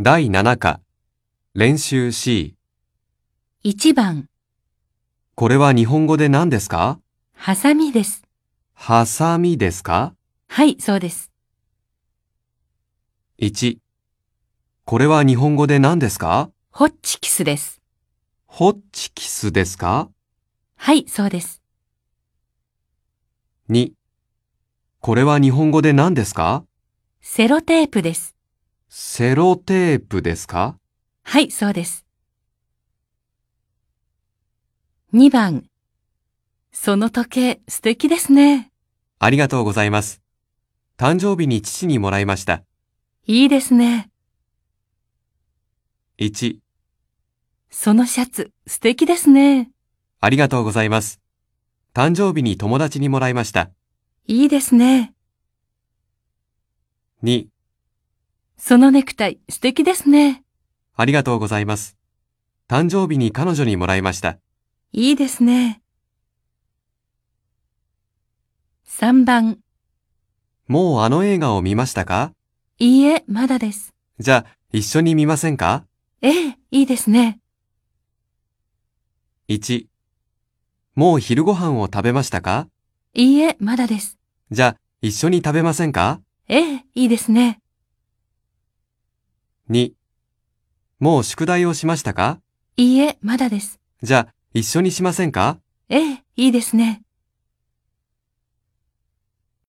第7課、練習 C。 1番、これは日本語で何ですかハサミです。ハサミですかはい、そうです。 ?1。これは日本語で何ですかホッチキスです。ホッチキスですかはい、そうです。 ?2。これは日本語で何ですかセロテープです。セロテープですかはい、そうです。2番、その時計素敵ですね。ありがとうございます。誕生日に父にもらいました。いいですね。 1。そのシャツ素敵ですね。ありがとうございます。誕生日に友達にもらいました。いいですね。 2。そのネクタイ素敵ですね。ありがとうございます。誕生日に彼女にもらいました。いいですね。3番、もうあの映画を見ましたかいいえ、まだです。じゃあ、一緒に見ませんかええ、いいですね。 ?1。もう昼ご飯を食べましたかいいえ、まだです。じゃあ、一緒に食べませんかええ、いいですね。 ?2。もう宿題をしましたかいいえ、まだです。じゃあ、一緒にしませんかええ、いいですね。